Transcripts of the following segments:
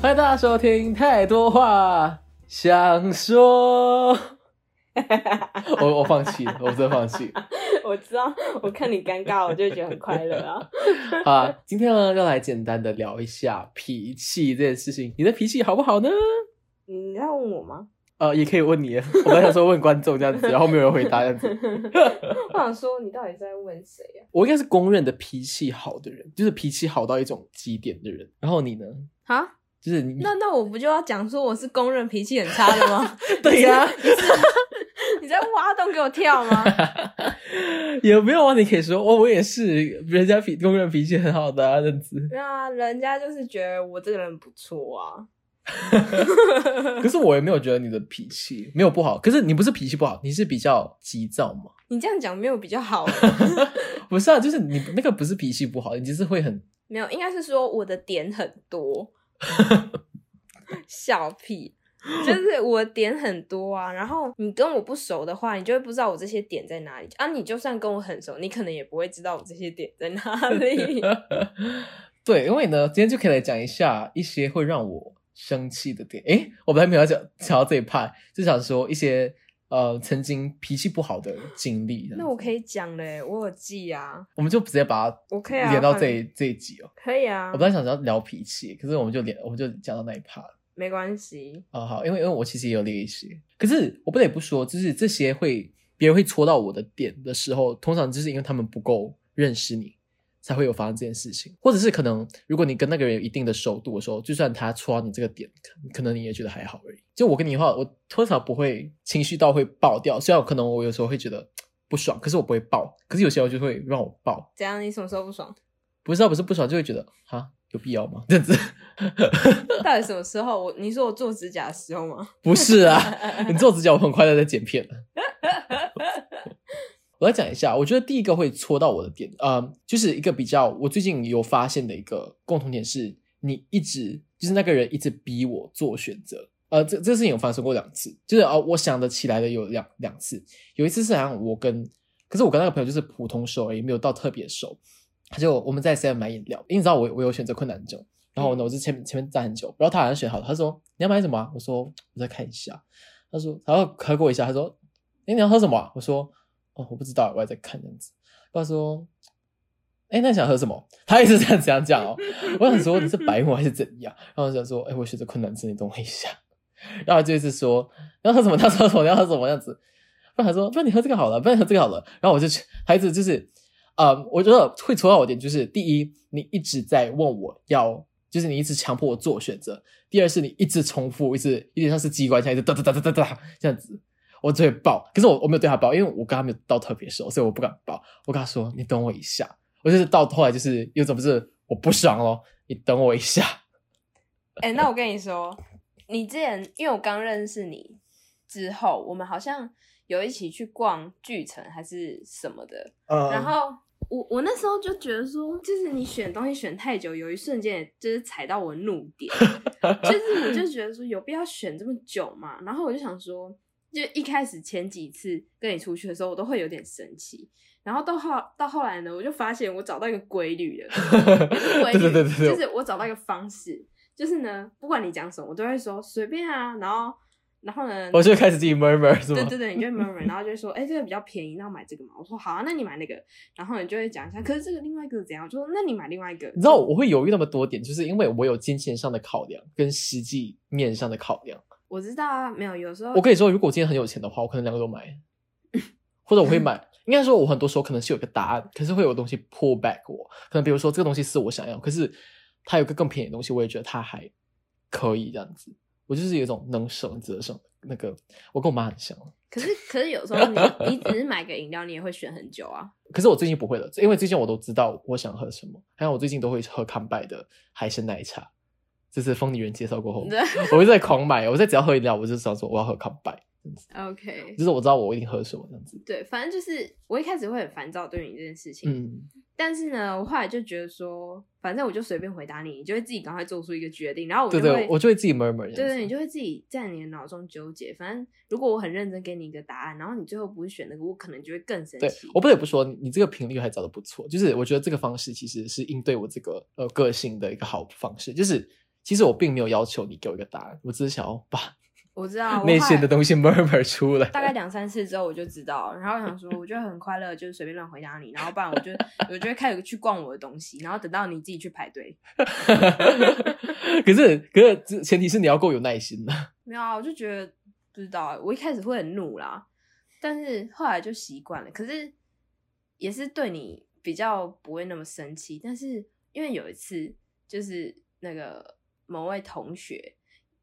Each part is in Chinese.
欢迎大家收听，太多话想说，我我放弃了，我真的放弃了 我知道，我看你尴尬，我就觉得很快乐 啊。好啊！今天呢，要来简单的聊一下脾气这件事情。你的脾气好不好呢？你在问我 吗？呃，也可以问你，我本来想说问观众这样子，然后没有人回答这样子。 我想说，你到底在问谁啊呀、我应该是公认的脾气好的人，就是脾气好到一种极点的人。然后你呢？啊？就是你那那我不就要讲说我是公认脾气很差的吗？ 对呀、你在挖洞给我跳 吗？也没 有啊。你可以说哦，我也是，人家脾公认脾气很好的啊，这样子。那人家就是觉得我这个人不错啊。可是我也没有觉得你的脾气没有不好，可是你不是脾气不好，你是比较急躁嘛？你这样讲没有比较好，不是啊，就是你那个不是脾气不好，你只是会很没有，应该是说我的点很 多，笑屁，就是我的点很多啊。然后你跟我不熟的话，你就会不知道我这些点在哪里啊。你就算跟我很熟，你可能也不会知道我这些点在哪 里。对，因为呢，今天就可以来讲一下一些会让我生气的点。诶，我本来没有要讲讲到这一派，就想说一些呃曾经脾气不好的经历。那 我可以，以讲嘞，我有记啊，我们就直接把它我可以啊，连到这反一、这一集哦。可以啊我，本来想要聊脾气，可是我们就连我们就讲到那一趴了。没关系。哦，好，因为因为我其实也有列一些，可是我不得不说，就是这些会别人会戳到我的点的时候，通常就是因为他们不够认识你，才会有发生这件事情，或者是可能如果你跟那个人有一定的熟度的时候，就算他戳到你这个点，可可能你也觉得还好而已。就我跟你的话，我通常不会情绪到会爆掉，虽然可能我有时候会觉得不爽，可是我不会爆，可是有些人就会让我爆，怎样？你什么时候不爽？不是、啊、不是不爽，就会觉得哈有必要吗？这样子到底什么时候？我你说我做指甲的时候吗？ 不是啊。你做指甲，我很快乐在剪片了。 我来讲一下，我觉得第一个会戳到我的点，呃，就是一个比较我最近有发现的一个共同点是，你一直就是那个人一直逼我做选择，呃，这这事情有发生过两次，就是呃，我想得起来的有两两次，有一次是好像我跟，可是我跟那个朋友就是普通熟而已，没有到特别熟，他就我们在 seven 买饮料，因为你知道我我有选择困难症，然后呢，我就前前面站很久，然后他好像选好了，他说你要买什么啊、我说我再看一下，他说，然后喝过一下，他说：“哎，你要喝什么、啊？”我说：“哦，我不知道，我还在看这样子。”他说：“哎，那你想喝什么？”他一直这样这样讲哦。我想说你是白目还是怎样？然后我想说：“哎，我选择困难症，你懂我一下。”然后他就一直说：“你要喝什么？他说什么？你要喝什么？”这样子。不然他说：“不然你喝这个好了，不然你喝这个好了。”然后我就去，孩子就是，呃，我觉得会戳到我点就是：第一，你一直在问我要。就是你一直强迫我做选择，第二是你一直重复，一直有点像是机关枪，一直哒哒哒哒哒哒这样子，我就会爆。可是我我没有对他爆，因为我跟他没有到特别熟，所以我不敢爆。我跟他说：“你等我一下。”我就是到后来就是有种不是我不爽咯，你等我一下。哎、那我跟你说，你之前因为我刚认识你之后，我们好像有一起去逛巨城还是什么的，嗯 然后。我我那时候就觉得说，就是你选东西选太久，有一瞬间就是踩到我怒点，就是我就觉得说有必要选这么久嘛？然后我就想说，就一开始前几次跟你出去的时候，我都会有点生气，然后到后到后来呢，我就发现我找到一个规律了，对对对对对，就是我找到一个方式，就是呢，不管你讲什么，我都会说随便啊，然后然后呢，我就开始自己 murmur 哦是对吗？对对，你就 murmur，然后就会说，哎、这个比较便宜，那我买这个嘛。我说好啊，那你买那个，然后你就会讲一下，可是这个另外一个怎样？我就说那你买另外一个，你知道我会犹豫那么多点，就是因为我有金钱上的考量跟实际面上的考量。我知道啊，没有，有时候我跟你说，如果我今天很有钱的话，我可能两个都买，或者我会买。应该说，我很多时候可能是有一个答案，可是会有东西 pull back 我。可能比如说这个东西是我想要，可是它有一个更便宜的东西，我也觉得它还可以这样子。我就是有一种能省则省。那个我跟我妈很像，可是可是有时候你你只是买个饮料，你也会选很久啊。可是我最近不会了，因为最近我都知道我想喝什么，还有我最近都会喝康拜的海参奶茶。这是疯女人介绍过后，对我会在狂买。我在只要喝饮料，我就想说我要喝康拜， OK，就是我知道我一定喝什么这样子。对，反正就是我一开始会很烦躁对于你这件事情，嗯，但是呢，我后来就觉得说，反正我就随便回答你，你就会自己赶快做出一个决定，然后我就对会，对，我就会自己 murmur 这样子。对对，你就会自己在你的脑中纠结。反正如果我很认真给你一个答案，然后你最后不是选那个，我可能就会更生对气。我不得不说，你这个频率还找的不错，就是我觉得这个方式其实是应对我这个呃个性的一个好方式，就是其实我并没有要求你给我一个答案，我只是想要把我 知道我内后心来的东西 murmur 出来。 大概两三次之后我就知道了，然后我想说，我就很快乐，就是随便乱回答你，然后不然我就我就会开始去逛我的东西，然后等到你自己去排队。可是，可是这前提是你要够有耐心呢。没有啊，我就觉得不知道欸，我一开始会很怒啦，但是后来就习惯了。可是也是对你比较不会那么生气，但是因为有一次就是那个某位同学，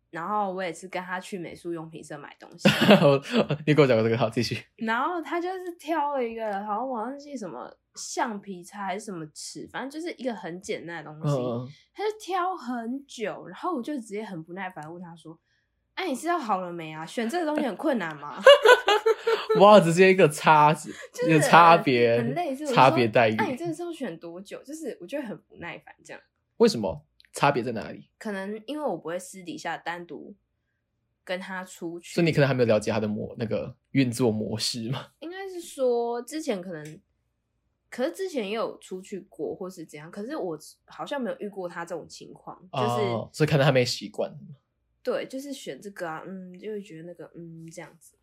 然后我也是跟他去美术用品社买东 西，我 你跟我讲过这个，好，继续。然后他就是挑了一个，好像忘记什么橡皮擦还是什么尺，反正就是一个很简单的东嗯西。嗯，嗯他就挑很久，然后我就直接很不耐烦地问他说：“哎、你知道好了没啊？选这个东西很困难 吗？哇，直接一个差， 就是有差别，很类似我就差说啊别待遇。那、你这个是要选多久？”就是我就会很不耐烦这样。为什么差别在哪里？可能因为我不会私底下单独跟他出去，所以你可能还没有了解它的模那个运作模式嘛？应该是说之前可能，可是之前也有出去过或是怎样，可是我好像没有遇过他这种情况，就是、哦、所以可能还没习惯。对，就是选这个啊，嗯，就会觉得那个嗯这样子。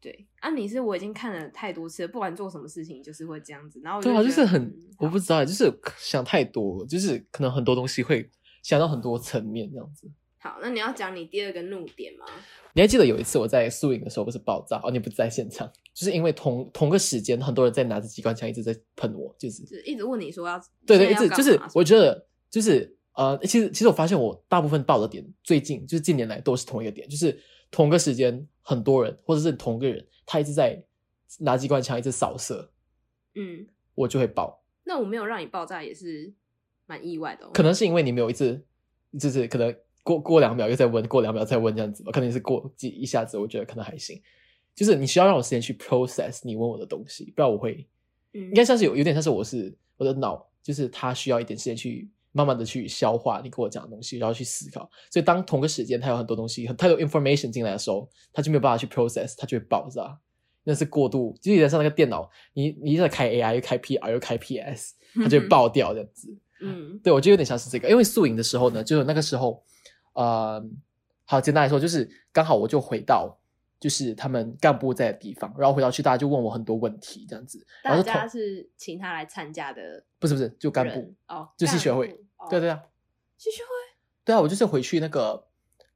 对啊，你是我已经看了太多次了，不管做什么事情就是会这样子，然后我对啊，觉就得是很嗯，我不知道，就是想太多了，就是可能很多东西会想到很多层面这样子。好。那你要讲你第二个怒点吗？你还记得有一次我在宿营的时候不是爆炸哦，你不在现场，就是因为同同个时间，很多人在拿着机关枪一直在喷我，就是就是一直问你说要对对，一直现在要干就是嘛我觉得就是呃，其实其实我发现我大部分爆的点，最近就是近年来都是同一个点，就是同个时间很多人或者是同个人，他一直在拿机关枪一直扫射，嗯，我就会爆。那我没有让你爆炸也是蛮意外的、哦，可能是因为你没有一次，就是可能过过两秒又再问，过两秒再问这样子吧。可能是过几一下子，我觉得可能还行。就是你需要让我时间去 process 你问我的东西，不然我会嗯应该像是有有点像是我是我的脑，就是它需要一点时间去慢慢的去消化你跟我讲的东西，然后去思考。所以当同个时间它有很多东西，很太多 information 进来的时候，它就没有办法去 process，它就会爆炸。那是过度，就有点像那个电脑，你你一直在开 AI 又开 PR 又开 PS，它就会爆掉这样子。嗯对，我觉得有点像是这个，因为宿营的时候呢，就是那个时候，呃，好，简单来说就是刚好我就回到就是他们干部在的地方，然后回到去大家就问我很多问题这样子，然大后就家同是请他来参加的不是不是就干部，人哦，就系学干会部，哦、对对啊，系学会，对啊，我就是回去那个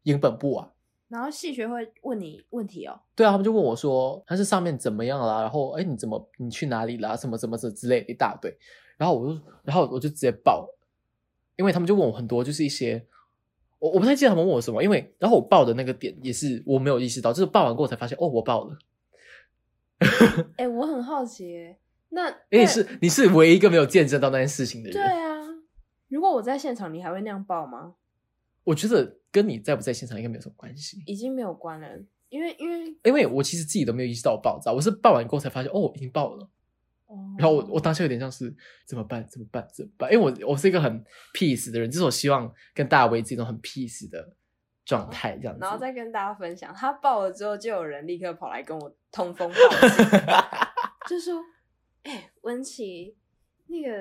营本部啊，然后系学会问你问题哦，对啊，他们就问我说，他是上面怎么样啦？然后哎，你怎么你去哪里啦？什么什么什么之类的一大堆。然后我就，然后我就直接报，因为他们就问我很多，就是一些我我不太记得他们问我什么，因为然后我报的那个点也是我没有意识到，就是报完过后才发现，哦，我报了。哎、我很好奇耶，那哎，那你是你是唯一一个没有见证到那件事情的对人。啊，如果我在现场，你还会那样报吗？我觉得跟你在不在现场应该没有什么关系，已经没有关了，因为因为因为我其实自己都没有意识到我爆炸，我是报完过后才发现，哦，已经爆了。哦，然后我我当下有点像是怎么办怎么办怎么办？因为我我是一个很 peace 的人，就是我希望跟大家维持一种很 peace 的状态这样子。哦然后再跟大家分享，他报了之后，就有人立刻跑来跟我通风 报信，就说：“哎、文琪，那个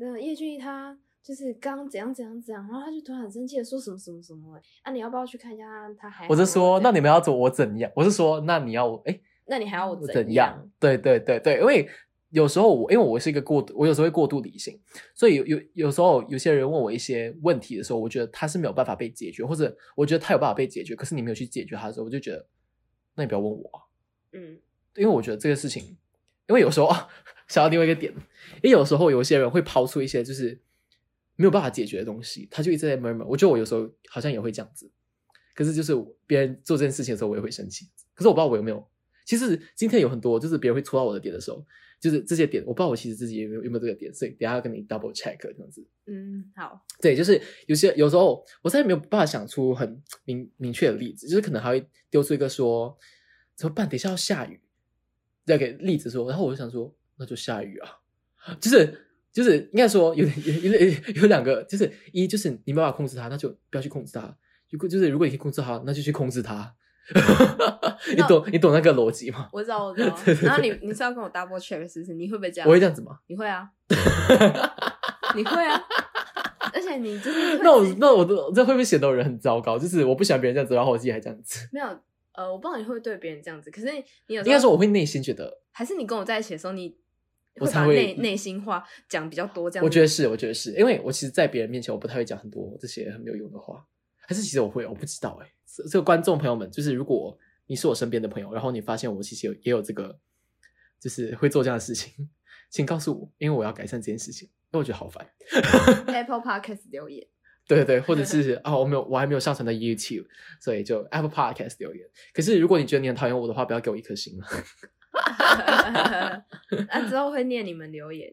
那叶俊逸他。”就是刚怎样怎样怎样，然后他就突然很生气的说什么什么什么、啊，你要不要去看一下他？他还好我是吗说，这那样你们要走我怎样？我是说，那你要我哎，那你还要我我怎样？？对对对对，因为有时候我因为我是一个过度，我有时候会过度理性，所以有有有时候有些人问我一些问题的时候，我觉得他是没有办法被解决，或者我觉得他有办法被解决，可是你没有去解决他的时候，我就觉得那你不要问我啊、嗯，因为我觉得这个事情，因为有时候啊 想到另外一个点，因为有时候有些人会抛出一些就是没有办法解决的东西，他就一直在 murmur。我觉得我有时候好像也会这样子，可是就是别人做这件事情的时候，我也会生气。可是我不知道我有没有。其实今天有很多就是别人会戳到我的点的时候，就是这些点，我不知道我其实自己有没有有没有这个点，所以等一下要跟你 double check 这样子。嗯，好，对，就是有些有时候我实在没有办法想出很明明确的例子，就是可能还会丢出一个说怎么办？等一下要下雨，再给例子说，然后我就想说那就下雨啊， 就是就是应该说有点有有有有两个，就是一就是你没办法控制它，那就不要去控制它；如果就是如果你可以控制它，那就去控制它。嗯 你懂你懂那个逻辑吗？我知道，我 知道对对。对然后你你是要跟我 double 啊 check 是不是？你会不会这样？啊我会这样子吗？你会啊，你会啊，而且你就是会那我自己那我都这会不会显得我人很糟糕？就是我不喜欢别人这样子，然后我自己还这样子。没有呃，我不知道你会不会对别人这样子，可是你有时应该候说我会内心觉得，还是你跟我在一起的时候，你我才把会内内心话讲比较多，这样我觉得得是，我觉得是因为我其实，在别人面前我不太会讲很多这些很没有用的话，还是其实我会，我不知道哎、这这个观众朋友们，就是如果你是我身边的朋友，然后你发现我其实有也有这个，就是会做这样的事情， 请告诉我，因为我要改善这件事情，因为我觉得好烦。 Apple Podcast 留言，对对对，或者是 啊、我没有，我还没有上传到 YouTube，所以就 Apple Podcast 留言。可是如果你觉得你很讨厌我的话，不要给我一颗星了。 那啊之后会念你们留言，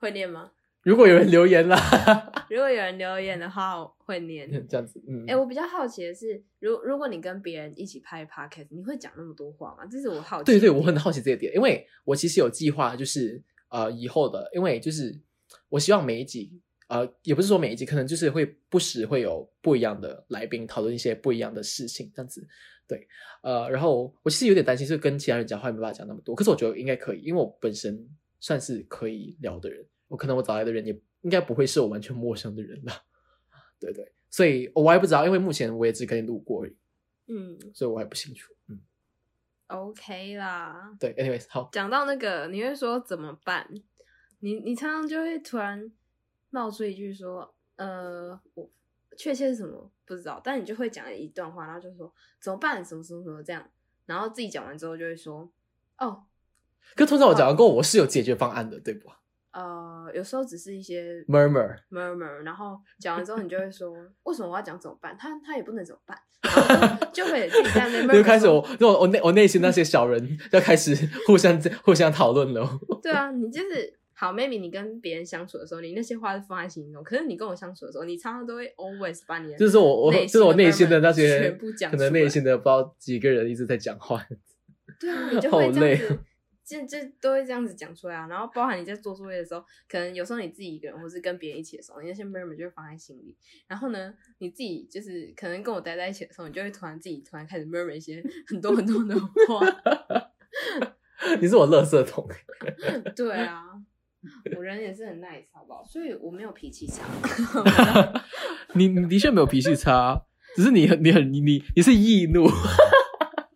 会念吗？如果有人留言啦， 如果有人留言的话，我会念。这样子，嗯，哎、我比较好奇的是，如如果你跟别人一起拍 podcast，你会讲那么多话吗？这是我好奇的对点。对，我很好奇这一点，因为我其实有计划，就是呃以后的，因为就是我希望每一集，呃，也不是说每一集，可能就是会不时会有不一样的来宾讨论一些不一样的事情，这样子。对，呃，然后我其实有点担心，是跟其他人讲话没办法讲那么多，可是我觉得应该可以，因为我本身算是可以聊的人，我可能我找来的人也应该不会是我完全陌生的人吧。对对，所以我还不知道，因为目前我也只跟你录过而已，嗯所以我还不清楚。嗯， ，OK 啦。对，anyways，好，讲到那个，你会说怎么办？你你常常就会突然冒出一句说，呃，我确切是什么不知道，但你就会讲一段话，然后就说怎么办，什么什么什么这样，然后自己讲完之后就会说，哦，可通常我讲完过，我是有解决方案的，对不呃，有时候只是一些？Murmur， murmur，然后讲完之后，你就会说 为什么我要讲怎么办？他他也不能怎么 办，然后就会自己在那边又 murmur 开始说我，那我我内我内心那些小人要开始互相互相讨论 了。对啊，你就是好，maybe 你跟别人相处的时候，你那些话是放在心中，可是你跟我相处的时候，你常常都会 always 把你的就是我我就是我内心的那些 murmur 全部讲可出来，能内心的不知道几个人一直在讲话， 对啊，你就好会这累样子。就就都会这样子讲出来啊，然后包含你在做作业的时候，可能有时候你自己一个人，或是跟别人一起的时候，你那些 murmur 就会放在心里。然后呢，你自己就是可能跟我待在一起的时候，你就会突然自己突然开始 murmur 一些很多很多的话。 你是我垃圾桶。对啊，我人也是很 nice，好不好？所以我没有脾气差。 你你的确没有脾气差，啊只是你很你很你你你是易怒。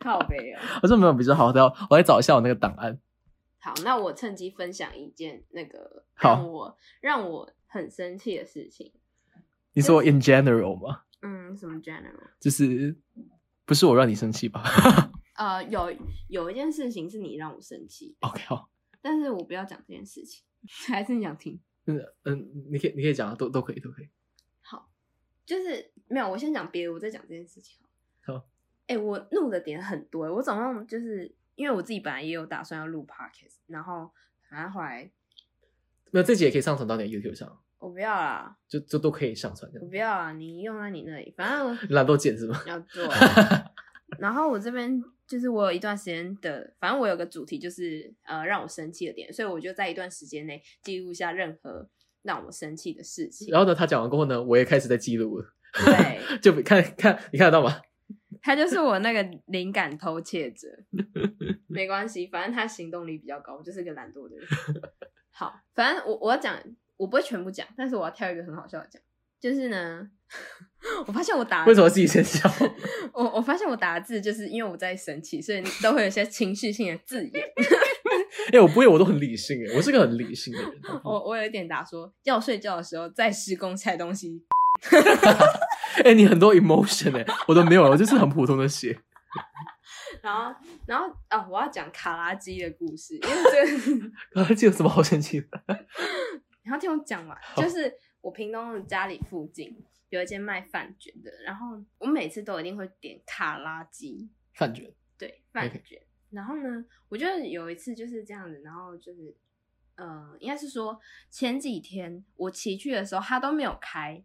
靠北哦。我说没有比较好的，我来找一下我那个档案。好，那我趁机分享一件那个好让我让我很生气的事情。你说嗯 in general 吗？嗯，什么 general？就是不是我让你生气吧 呃，有有一件事情是你让我生气， ？OK 好，但是我不要讲这件事情， 还是你想听？嗯嗯，你可以你可以讲啊，都都可以都可以。好，就是没有，我先讲别的，我再讲这件事情好了。好哎、我怒的点很多、欸，我早上就是因为我自己本来也有打算要录 podcast，然后然后后来那这集也可以上传到你的 YouTube 上。我不要啦，就就都可以上传这我样。不要啊，你用在你那里，反正我懒惰剪是吗？要 做。然后我这边就是我有一段时间的，反正我有个主题就是呃让我生气的点，所以我就在一段时间内记录下任何让我生气的事 情。然后呢，他讲完过后呢，我也开始在记录了，对，就看看你看得到吗？他就是我那个灵感偷窃 者，没关系，反正他行动力比较高，我就是个懒惰 的人。好，反正我我要讲，我不会全部讲，但是我要挑一个很好笑的讲，就是呢， 我发现我打了为什么自己先笑？ 我我发现我打字就是因为我在生气，所以都会有一些情绪性的字眼。哎、我不会，我都很理性哎，我是个很理性的人。啊我我有一点打说，要睡觉的时候在施工拆东西。哎、你很多 emotion 哎，我都没有，我就是很普通的 写。然后然后啊、我要讲卡拉鸡的故事，因为这个 然啊后这有什么好生气的？你要听我讲完，就是我屏东的家里附近有一间卖饭卷的，然后我每次都一定会点卡拉鸡，饭卷，对饭 OK 卷。然后呢，我就有一次就是这样子，然后就是，呃，应该是说前几天我骑去的时候，他都没有开，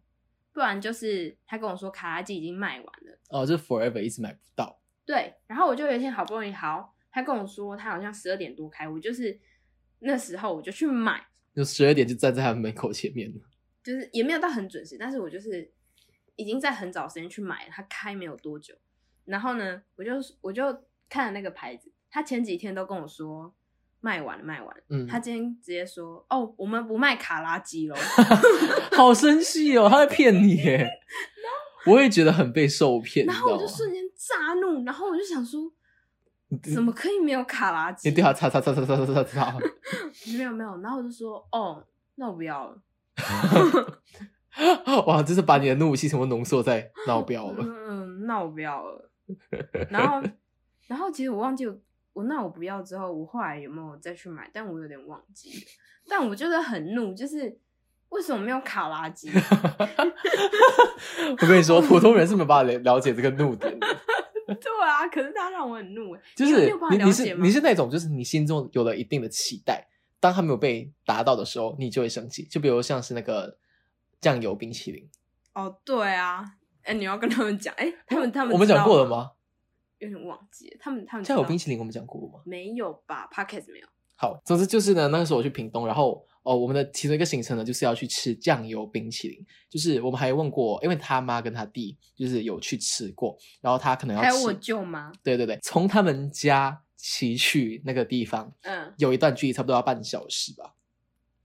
不然就是他跟我说卡拉鸡已经卖完了。哦，就是 forever 一直买不到。对，然后我就有一天好不容易好，他跟我说他好像十二点多开，我就是那时候我就去买，就十二点就站在他们门口前面了，就是也没有到很准时，但是我就是已经在很早时间去买了，它开没有多久。然后呢，我就我就看了那个牌子，他前几天都跟我说卖完了，卖完了。嗯，他今天直接说：“哦，我们不卖卡拉 鸡喽。好生气哦，他在骗你 耶。我也觉得很被受”骗，然后我就你知道吗瞬间炸怒，然后我就想说，怎么可以没有卡拉鸡你？对他擦擦擦擦擦擦擦擦，没有没有，然后我就说：“哦，那我不要了。 哇，这是把你的怒气全部浓缩在闹表嗯”了。 嗯嗯，那我不要了。然后，然后其实我忘记我我那我不要之后，我后来有没有再去买？但我有点忘记了。但我就是很怒，就是为什么没有卡拉啊鸡？我跟你说，普通人是没有办法了了解这个怒点的， 对啊，可是他让我很怒欸，就你有是没有办法你了你解是吗你是那种，就是你心中有了一定的期待，当他没有被达到的时候，你就会生气。就比如像是那个酱油冰淇淋，哦，对啊，哎、你要跟他们讲，哎、他们他们我们讲过了知道？吗？有点忘记了，他们他们酱油冰淇淇淋我们讲过了吗？没有吧？Pockets 没有，好，总之就是呢，那个时候我去屏东，然后哦，我们的其中一个行程呢，就是要去吃酱油冰淇淋。就是我们还问过，因为他妈跟他弟就是有去吃过，然后他可能要还有吃我舅妈，对对对，从他们家骑去那个地方，嗯，有一段距离，差不多要半小时吧。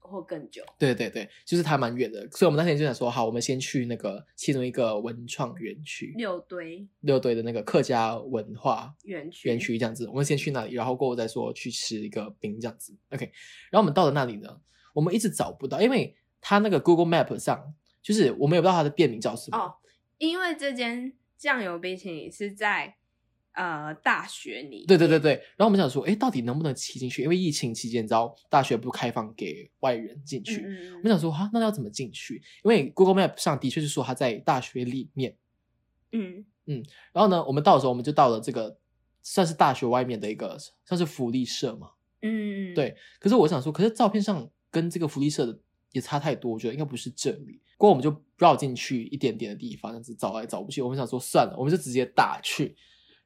或更久，对对对，就是它蛮远的，所以我们那天就想说，好，我们先去那个其中一个文创园区，六堆六堆的那个客家文化园区园，区这样子，我们先去那里，然后过后再说去吃一个冰这样子。OK，然后我们到了那里呢，我们一直找不到，因为它那个 Google Map 上，就是我们也不知道它的店名叫什么。哦因为这间酱油冰淇淋是在呃大学里，对对对对，然后我们想说，哎，到底能不能骑进去？因为疫情期间，你知道大学不开放给外人进去，我嗯，们嗯嗯想说哈，那要怎么进去？因为 Google Map 上的确是说它在大学里面。嗯，然后呢，我们到的时候我们就到了这个算是大学外面的一个算是福利社嘛。嗯，嗯对，可是我想说，可是照片上跟这个福利社的也差太多，我觉得应该不是这里。过后我们就绕进去一点点的地方，这样子找来找不去，我们想说算了，我们就直接打去，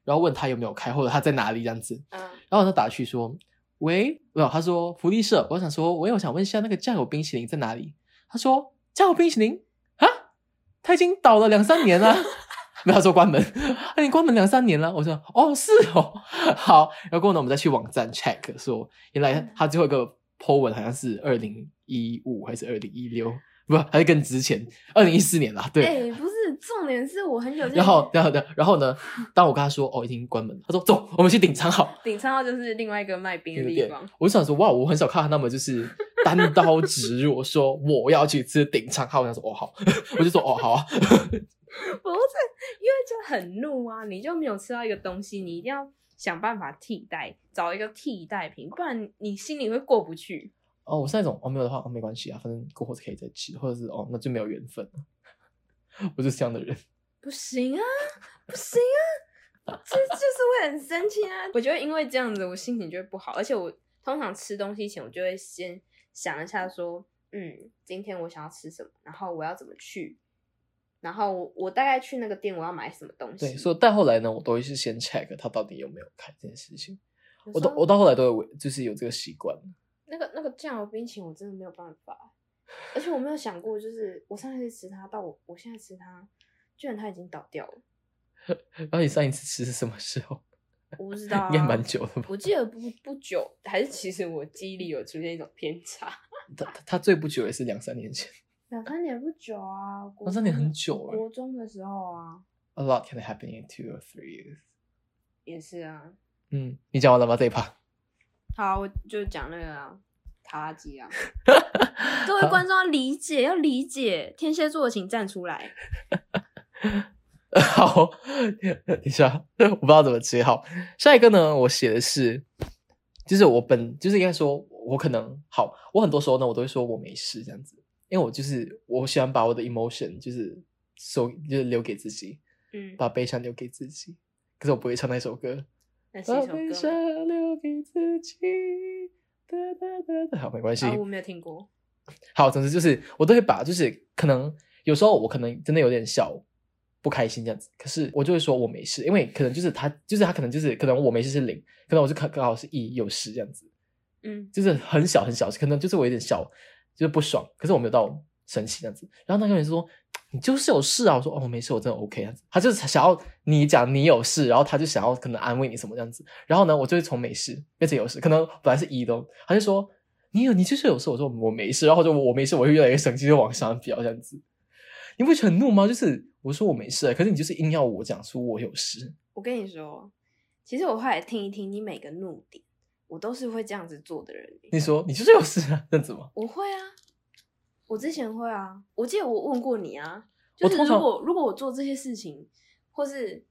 然后问他有没有开或者他在哪里这样子。嗯，然后他打去说：“喂，没有。”他说：“福利社。”我想说：“喂，我想问一下那个酱油冰淇淋在哪里？”他说：“酱油冰淇淋啊，他已经倒了两三年了。” 没有他说关门，他已经关门两三年了。我说：“哦，是哦， 好。”然后过后呢，我们再去网站 check，说原来他最后一个 po 文好像是二零一五还是二零一六，不，还是更之前，二零一四年啦。对，哎，不是，重点是我很久之然后，前然后呢，然后呢，当我跟他说：“哦，已经关门了。”他说：“走，我们去顶仓好。”顶上号就是另外一个卖冰那的个地店方，，我就想说，哇，我很少看到他们就是单刀直入，说我要去吃顶仓号，我想说，哦好，我就说哦好啊，不是，因为就很怒啊，你就没有吃到一个东西，你一定要想办法替代，找一个替代品，不然你心里会过不去。哦我是那种哦没有的话哦没关系啊，反正过后可以再吃，或者是哦那就没有缘分了， 我就是这样的人。不行啊，不行啊，这就是 会很生气啊。我觉得因为这样子，我心情就会不好，而且我通常吃东西前，我就会先想一下说，嗯，今天我想要吃什么，然后我要怎么去，然后我我大概去那个店我要买什么东西。对，所以但后来呢，我都会是先 check 他到底有没有开这件事情，有我时到候我到后来都有就是有这个习惯，那个那个酱油冰淇淋我真的没有办法，而且我没有想过，就是我上一次吃它到我我现在吃它，居然它已经倒掉了，然后你上一次吃是什么时候？我不知道、啊， 应该蛮久了吧？我记得不不久，还是其实我记忆力有出现一种偏差，他他他最不久也是两三年前两三年不久啊，国两三年中的很久欸国中的时候啊， ，A lot can happen in two or three years。也是啊，嗯，你讲完了吗？这一趴？好，我就讲那个啊，卡拉 鸡啊，各位观众要理解，要理解，天蝎座的请站出来，好，等一下，我不知道怎么接好。下一个呢，我写的是，就是我本就是应该说，我可能好，我很多时候呢，我都会说我没事这样子，因为我就是我喜欢把我的 emotion 就是收就是留给自己，嗯，把悲伤留给自己。可是我不会唱那首歌，那是一把首悲歌吗。伤留给自己。哒哒哒哒，好，没关系。啊，我没有听过。好，总之就是我都会把，就是可能有时候我可能真的有点小不开心这样子，可是我就会说我没事，因为可能就是他，就是他可能就是可能我没事是零，可能我是刚刚好是一有十这样子，嗯，就是很小很小，可能就是我有点小就是不爽，可是我没有到生气这样子。然后那个人说你就是有事啊。我说哦，没事，我真的 OK 这样子。他就是想要你讲你有事，然后他就想要可能安慰你什么这样子。然后呢，我就会从没事变成有事，可能本来是一都，他就说你有你就是有事，我说我没事，然后就我没事，我会越来越生气，就往上飙这样子。你不会觉得很怒吗？就是我说我没事，可是你就是硬要我讲出我有事。我跟你说，其实我后来听一听你每个怒点，我都是会这样子做的人。欸你说你就是有事啊，这样子吗？我会啊，我之前会啊，我记得我问过你啊，我就是通常如果如果我做这些事情，或是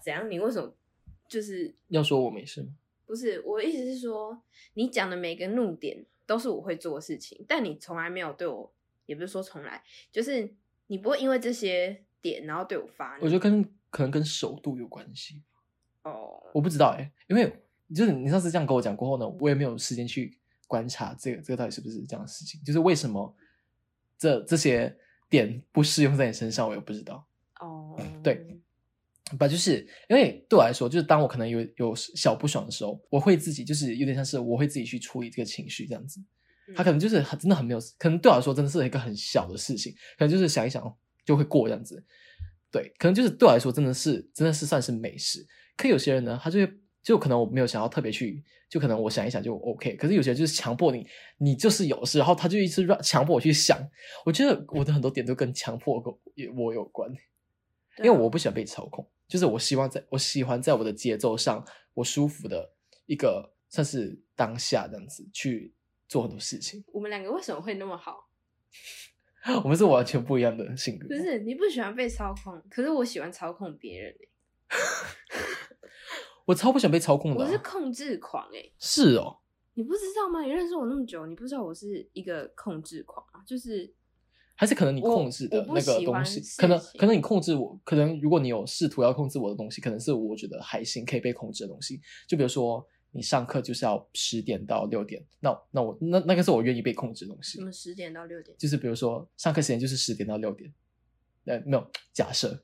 怎样，你为什么就是要说我没事吗？不是我的意思是说，你讲的每个怒点都是我会做的事情，但你从来没有对我，也不是说从来，就是你不会因为这些点然后对我发怒。我觉得跟可能跟熟度有关系，哦，我不知道哎、因为就是你上次这样跟我讲过后呢，我也没有时间去观察这个这个到底是不是这样的事情，就是为什么这这些点不适用在你身上，我也不知道。哦，对，吧，就是因为对我来说，就是当我可能有有小不爽的时候，我会自己就是有点像是我会自己去处理这个情绪这样子。嗯他可能就是很真的很没有，可能对我来说真的是一个很小的事情，可能就是想一想就会过这样子。对，可能就是对我来说真的是真的是算是美食。可有些人呢，他就会就可能我没有想要特别去，就可能我想一想就 OK。可是有些人就是强迫你，你就是有事，然后他就一直让强迫我去想。我觉得我的很多点都跟强迫我我有关。因对为啊我不喜欢被操控，就是我希望在我喜欢在我的节奏上，我舒服的一个算是当下这样子去做很多事情。我们两个为什么会那么好？嗯 我们是完全不一样的性格，不是你不喜欢被操控，可是我喜欢操控别人、欸，我超不喜欢被操控的我啊、是控制狂哎、是哦，你不知道吗？你认识我那么久，你不知道我是一个控制狂啊，就是还是可能你我控制的我不那个喜东欢西，事可能情可能你控制我，可能如果你有试图要控制我的东西，可能是我觉得还行可以被控制的东西，就比如说。你上课就是要十点到六点，那那我那那个是我愿意被控制的东西。什么十点到六点，就是比如说上课时间就是十点到六点，呃，没有假设，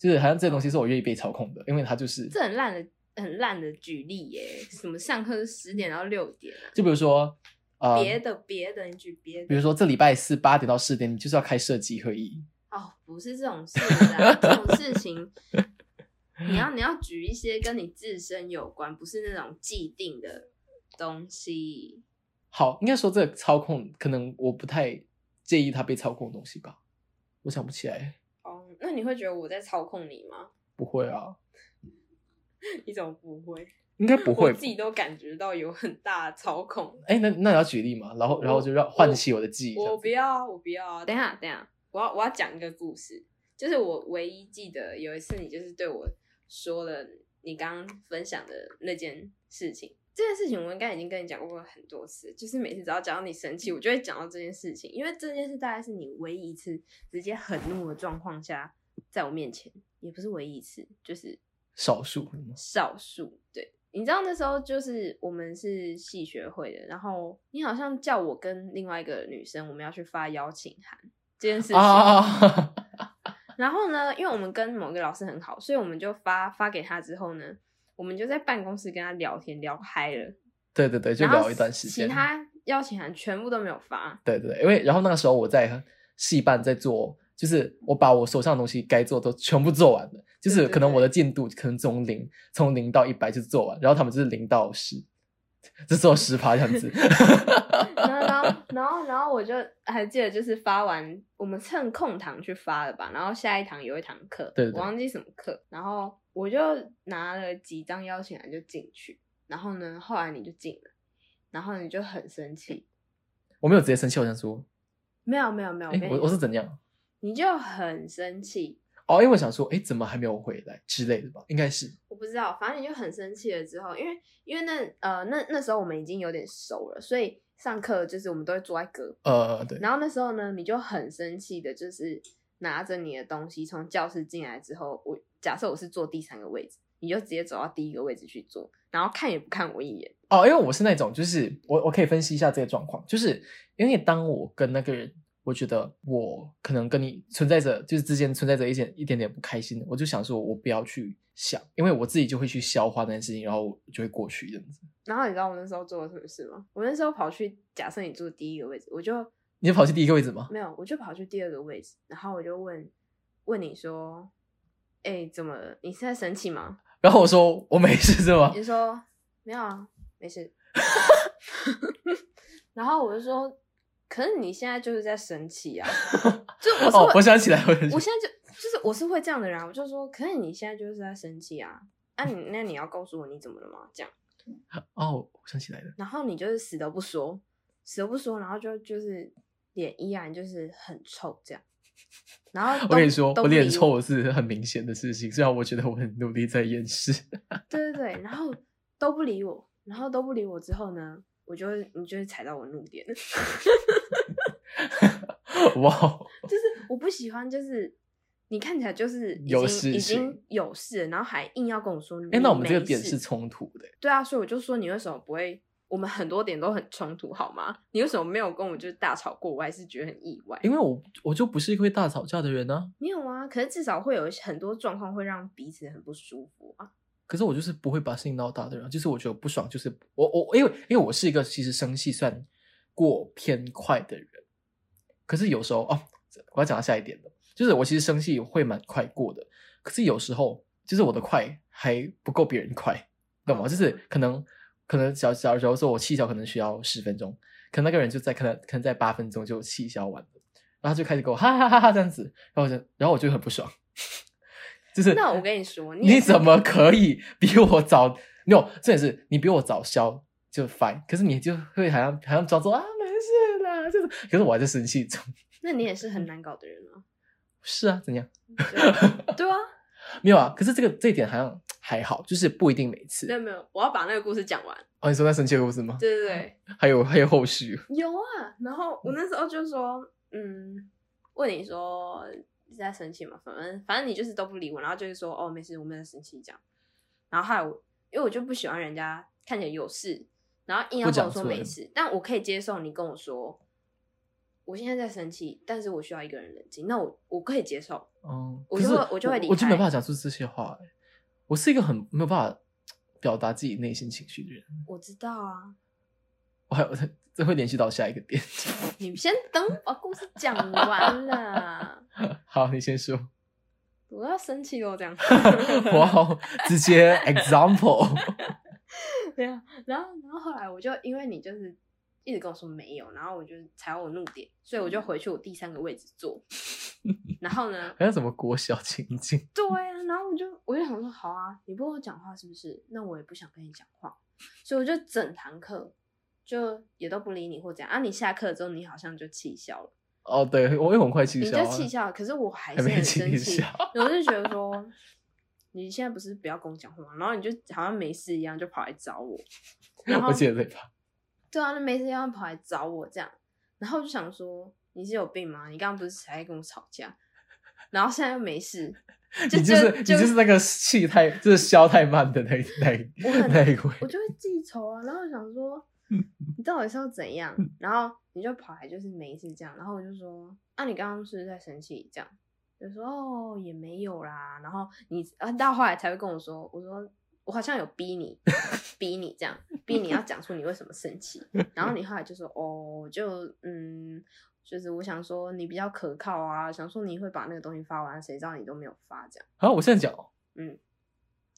就是好像这个东西是我愿意被操控的，因为它就是，这很烂的很烂的举例耶、什么上课是十点到六点啊，就比如说，呃，别的别的你举别比的如说这礼拜四八点到四点，你就是要开设计会议，哦，不是这种事啦，这种事情。你要你要举一些跟你自身有关，不是那种既定的东西。好，应该说这个操控，可能我不太介意它被操控的东西吧，我想不起来，哦，那你会觉得我在操控你吗？ 不会啊，你怎么不会？应该不会我自。己都感觉到有很大的操控。哎，那那你要举例嘛，然后然后就让我唤起我的记忆，这我样不子要啊，我不要啊！等一下，等一下，我要我要讲一个故事，就是我唯一记得有一次你就是对我说了你刚刚分享的那件事情。这件事情我应该已经跟你讲过很多次，就是每次只要讲到你生气，我就会讲到这件事情，因为这件事大概是你唯一一次直接很怒的状况下，在我面前，也不是唯一一次，就是少数少数。对，你知道那时候就是我们是系学会的，然后你好像叫我跟另外一个女生，我们要去发邀请函这件事情。啊啊啊啊，然后呢，因为我们跟某个老师很好，所以我们就发发给他之后呢，我们就在办公室跟他聊天聊嗨了， 对对对，就然后聊一段时间。其他邀请函全部都没有发。对对，对因为然后那个时候我在戏班在做，就是我把我手上的东西该做都全部做完了，就对是对可能对我的进度可能从零从零到一百就做完，然后他们就是零到十， 这做十趴这样子。 然后，然后，然后，然后我就还记得，就是发完，我们趁空堂去发了吧。然后下一堂有一堂课，对对对我忘记什么课。然后我就拿了几张邀请函就进去。然后呢，后来你就进了，然后你就很生气。我没有直接生气，我想说，没有，没有，没有，哎跟你，我我是怎样？你就很生气。哦，因为我想说，哎，怎么还没有回来之类的吧？应该是我不知道，反正你就很生气了。之后，因为因为那呃那那时候我们已经有点熟了，所以上课就是我们都会坐在隔壁。呃，对，然后那时候呢，你就很生气的，就是拿着你的东西从教室进来之后，我假设我是坐第三个位置，你就直接走到第一个位置去坐，然后看也不看我一眼。哦，因为我是那种，就是我我可以分析一下这个状况，就是因为当我跟那个人，我觉得我可能跟你存在着，就是之间存在着一点一点点不开心，我就想说我不要去想，因为我自己就会去消化那件事情，然后我就会过去这样子。然后你知道我那时候做了什么事吗？我那时候跑去假设你坐第一个位置，我就你就跑去第一个位置吗？没有，我就跑去第二个位置，然后我就问问你说，哎、怎么了？你是在生气吗？然后我说我没事是吗你？就说没有啊，没事。 然后我就说，可是你现在就是在生 气啊，就我是哦，会我想起来，我我现在就就是我是会这样的人、啊，我就说，可是你现在就是在生气啊，啊你那你要告诉我你怎么了吗？这样，哦，我想起来了。然后你就是死都不说，死都不说，然后就就是脸依然就是很臭这样，然后我都跟你说，都我不脸理臭是很明显的事情，虽然我觉得我很努力在掩饰。对对对，然后都不理我，然后都不理我之后呢，我就会你就会踩到我怒点， 哇哦， 就是我不喜欢，就是你看起来就是已有经已事经情有事了，然后还硬要跟我说嗯你没事，哎，那我们这个点是冲突的，对啊，所以我就说你为什么不会？我们很多点都很冲突，好吗？你为什么没有跟我就是大吵过？我还是觉得很意外。因为我我就不是一个会大吵架的人啊，没有啊，可是至少会有很多状况会让彼此很不舒服啊。可是我就是不会把事情闹大的人啊，就是我觉得不爽，就是我我因为因为我是一个其实生气算过偏快的人，可是有时候哦，我要讲到下一点了，就是我其实生气会蛮快过的，可是有时候就是我的快还不够别人快，懂吗？嗯就是可能可能小小时候说我气消可能需要十分钟，可能那个人就在可能可能在八分钟就气消完了，然后他就开始给我哈哈哈哈这样子，然后我就然后我就很不爽， 就是那我跟你说，你也你是怎么可以比我早？no，这也是你比我早消就 fine，可是你就会好像好像装作啊没事啦，就是，可是我还在生气中。 那你也是很难搞的人啊。是啊，怎样？对对啊，没有啊，可是这个这一点好像还好，就是不一定每次没。有没有，我要把那个故事讲完。哦，你说在生气的故事吗？对对对，还有还有后续。有啊。然后我那时候就说，嗯，问你说是在生气吗？反正反正你就是都不理我，然后就是说哦没事，我没有在生气这样。然后还有，因为我就不喜欢人家看起来有事，然后硬要不跟讲我说出来没事，但我可以接受你跟我说。我现在在生气，但是我需要一个人冷静。那我我可以接受，哦，我可就是会我就会离我就没开办法讲出这些话、欸。我是一个很没有办法表达自己内心情绪的人。我知道啊，我还有这会联系到下一个点。 你先等我把故事讲完啦，好，你先说。 我要生气哦了，这样。 哇哦，直接 example。 对啊，然后然后后来我就因为你就是一直跟我说没有，然后我就踩我怒点，所以嗯我就回去我第三个位置 坐。然后呢，还有什么国小情境？对啊，然后我就我就想说，好啊，你不跟我讲话是不是？那我也不想跟你讲话，所以我就整堂课就也都不理你或怎样啊。你下课之后，你好像就气消了，哦，对，我也很快气你消、啊，就气消了，可是我还还是没很气生气消。。 我就觉得说，你现在不是不要跟我讲话吗，然后你就好像没事一样就跑来找我，然后我记得对吧？对啊，那没事一样跑来找我这样，然后我就想说你是有病吗？你刚刚不是才跟我吵架，然后现在又没事， 就你就是你就就是那个气太就是消太慢的那一那一我很那一位，我就会记仇啊，然后我想说你到底是要怎样，然后你就跑来就是没事这样，然后我就说啊，你刚刚是不是在生气这样？就说哦也没有啦，然后你啊到后来才会跟我说，我说我好像有逼你 逼你这样，逼你要讲出你为什么生气，然后你后来就说哦就嗯。就是我想说你比较可靠啊，想说你会把那个东西发完，谁知道你都没有发这样。啊，我现在讲哦，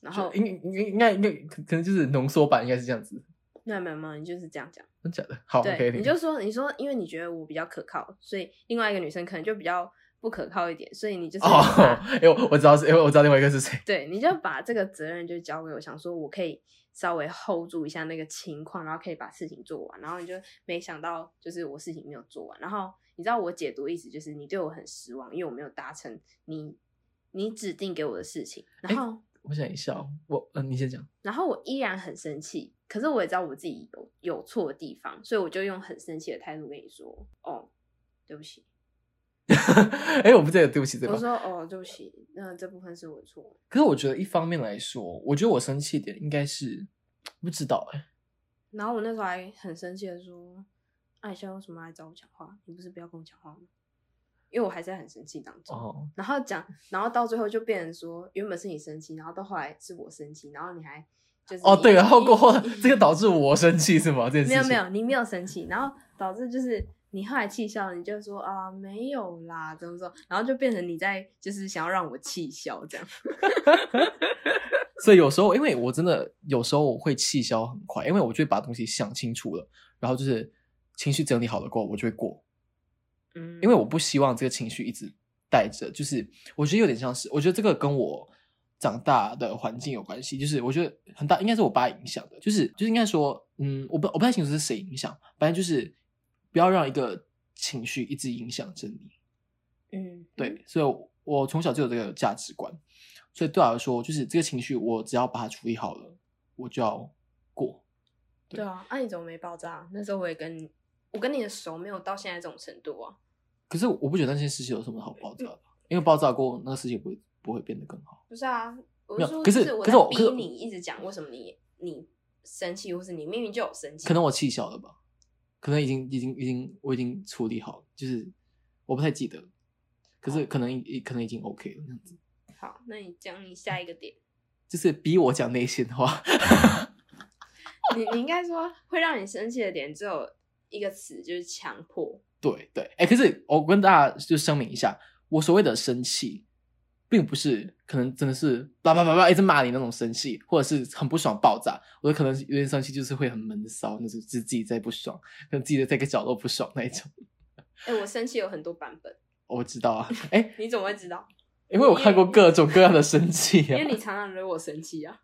然就后应应应该应该可可能就是浓缩版应该是这样子，没有没有没有，你就是这样讲。真假的？好对， ，OK，你就说你说，因为你觉得我比较可靠，所以另外一个女生可能就比较不可靠一点，所以你就是哦 把、，哎、我我知道是，哎、我知道另外一个是谁，对，你就把这个责任就交给我，想说我可以稍微 hold 住一下那个情况，然后可以把事情做完，然后你就没想到就是我事情没有做完，然后你知道我解读意思就是你对我很失望，因为我没有达成你你指定给我的事情，然哎后、我想一下、哦，我嗯、你先讲， 然后我依然很生气，可是我也知道我自己有有错的地方，所以我就用很生气的态度跟你说：“哦，对不起。”哎、我不记得，对不起，对吧我？说哦，对不起，那这部分是我的错。可是我觉得一方面来说，我觉得我生气点应该是不知道哎、然后我那时候还很生气的说：“啊，你现在为什么来找我讲话？你不是不要跟我讲话吗？”因为我还在很生气当中。哦，然后讲，然后到最后就变成说，原本是你生气，然后到后来是我生气，然后你还就是哦，对，一然后过后一这个导致我生气是吗？这件事没情有没有，你没有生气，然后导致就是你后来气消了，你就说啊没有啦，怎么怎么，然后就变成你在就是想要让我气消这样。所以有时候，因为我真的有时候会气消很快，因为我就会把东西想清楚了，然后就是情绪整理好了过后，我就会过，嗯，因为我不希望这个情绪一直带着。就是我觉得有点像是，我觉得这个跟我长大的环境有关系，就是我觉得很大应该是我爸影响的，就是就是应该说，嗯，我不我不太清楚是谁影响，反正就是不要让一个情绪一直影响着你。嗯，对，所以我我从小就有这个价值观，所以对我来说，就是这个情绪，我只要把它处理好了，我就要过。对啊，那、你怎么没爆炸？那时候我也跟你，我跟你的熟没有到现在这种程度啊。可是我不觉得那件事情有什么好爆炸的，因为爆炸过后，那个事情不会不会变得更好。不是啊，我没有是说，可就是我可是在我可逼是你一直讲为什么你你生气，或是你明明就有生气，可能我气消了吧，可能已经已经已经我已经处理好了，就是我不太记得，可是可能已可能已经 OK 了，这样子好，那你讲你下一个点， 就是逼我讲内心话。你你应该说会让你生气的点只有一个词，就是强迫。对对，哎，可是我跟大家就声明一下，我所谓的生气，并不是可能真的是叭叭叭叭一直骂你那种生气，或者是很不爽爆炸。我可能有点生气，就是会很闷骚，那是自自己在不爽，可能自己在一个角落不爽那一种。哎、我生气有很多版本，我知道啊， 哎，你怎么会知道？因为我看过各种各样的生气因啊为。你常常惹我生气啊。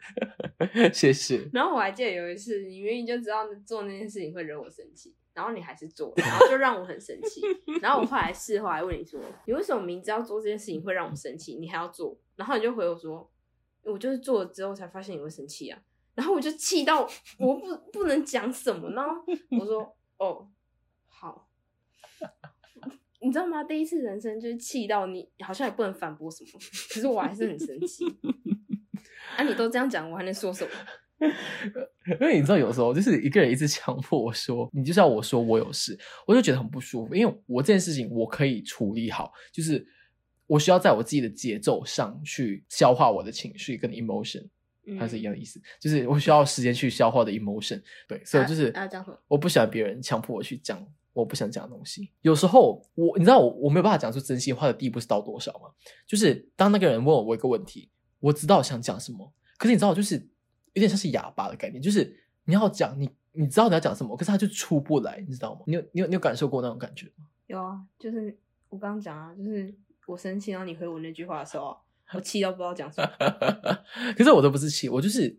谢谢。然后我还记得有一次，你明明就知道做那件事情会惹我生气，然后你还是做，然后就让我很生气。然后我后来事后还问你说，你为什么明知道做这件事情会让我生气，你还要做？然后你就回我说，我就是做了之后才发现你会生气啊。然后我就气到我不不能讲什么，然后我说哦好， 你知道吗？第一次人生就是气到你好像也不能反驳什么，可是我还是很生气。啊，你都这样讲，我还能说什么？ 因为你知道，有时候就是一个人一直强迫我说，你就是要我说我有事，我就觉得很不舒服。因为我这件事情我可以处理好，就是我需要在我自己的节奏上去消化我的情绪跟 emotion，它是一样的意思，就是我需要时间去消化我的 emotion。对，所以就是、啊啊这样说我不喜欢别人强迫我去讲我不想讲的东西。有时候我你知道我我没有办法讲出真心话的地步是到多少吗？就是当那个人问我一个问题，我知道我想讲什么，可是你知道，就是有点像是哑巴的概念，就是你要讲你你知道你要讲什么，可是他就出不来，你知道吗？你有你有你有感受过那种感觉吗？有啊，就是我刚刚讲啊，就是我生气，然后你回我那句话的时候啊，我气到不知道讲什么。 可是我都不是气，我就是